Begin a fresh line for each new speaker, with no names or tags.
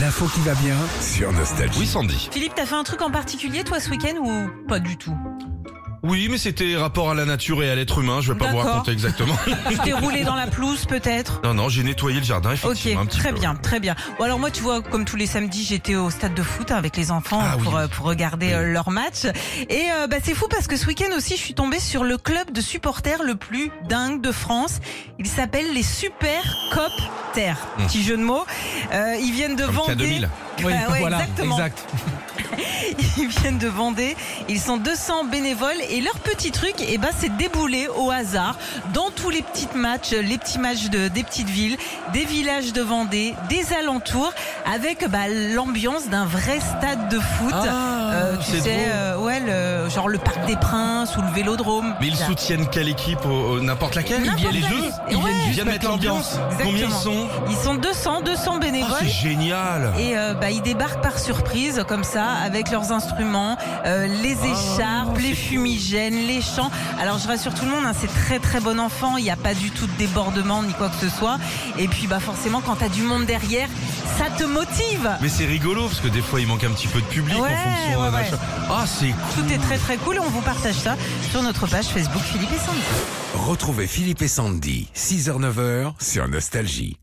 L'info qui va bien sur Nostalgie.
Oui, Sandy.
Philippe, t'as fait un truc en particulier toi ce week-end ou pas du tout
Oui, mais c'était rapport à la nature et à l'être humain. Je vais pas vous
D'accord.
raconter exactement.
Tu t'es roulé dans la pelouse peut-être
non, non, j'ai nettoyé le jardin,
Ok,
effectivement. un petit
très
peu,
bien, très bien. Bon alors moi tu vois comme tous les samedis j'étais au stade de foot hein, avec les enfants
Ah
pour,
oui.
euh, pour regarder
Oui.
euh, leur match et euh, bah, c'est fou parce que ce week-end aussi je suis tombée sur le club de supporters le plus dingue de France. Il s'appelle les Super Cop Terre.
Mmh.
Petit jeu de mots. Euh, ils viennent de
Comme
Vendée.
K2000.
Oui, voilà, Ah exactement. Ils viennent de Vendée, ils sont 200 bénévoles et leur petit truc, eh ben, c'est débouler au hasard dans tous les petits matchs, les petits matchs de, des petites villes, des villages de Vendée, des alentours, avec bah, l'ambiance d'un vrai stade de foot. Euh, tu
Ah, c'est
sais, euh, ouais, le- genre le Parc des Princes ou le Vélodrome.
Mais ils
Ça.
soutiennent quelle équipe au- au- N'importe laquelle
N'importe
Les
laquelle.
deux
Ils viennent
Ils
juste
viennent mettre l'ambiance.
Exactement.
Combien ils sont
Ils sont 200, 200
Ah,
bénévoles.
C'est génial.
Et euh, bah, ils débarquent par surprise comme ça avec leurs instruments, euh, les écharpes, les fumigènes, les chants. Alors je rassure tout le monde, hein, c'est très très bon enfant, il n'y a pas du tout de débordement ni quoi que ce soit. Et puis bah forcément quand t'as du monde derrière, ça te motive.
Mais c'est rigolo parce que des fois il manque un petit peu de public
Ouais,
en fonction
ouais,
d'un
ouais.
machin. Ah, c'est
Tout est très très cool et on vous partage ça sur notre page Facebook Philippe et Sandy.
Retrouvez Philippe et Sandy, 6h-9h sur Nostalgie.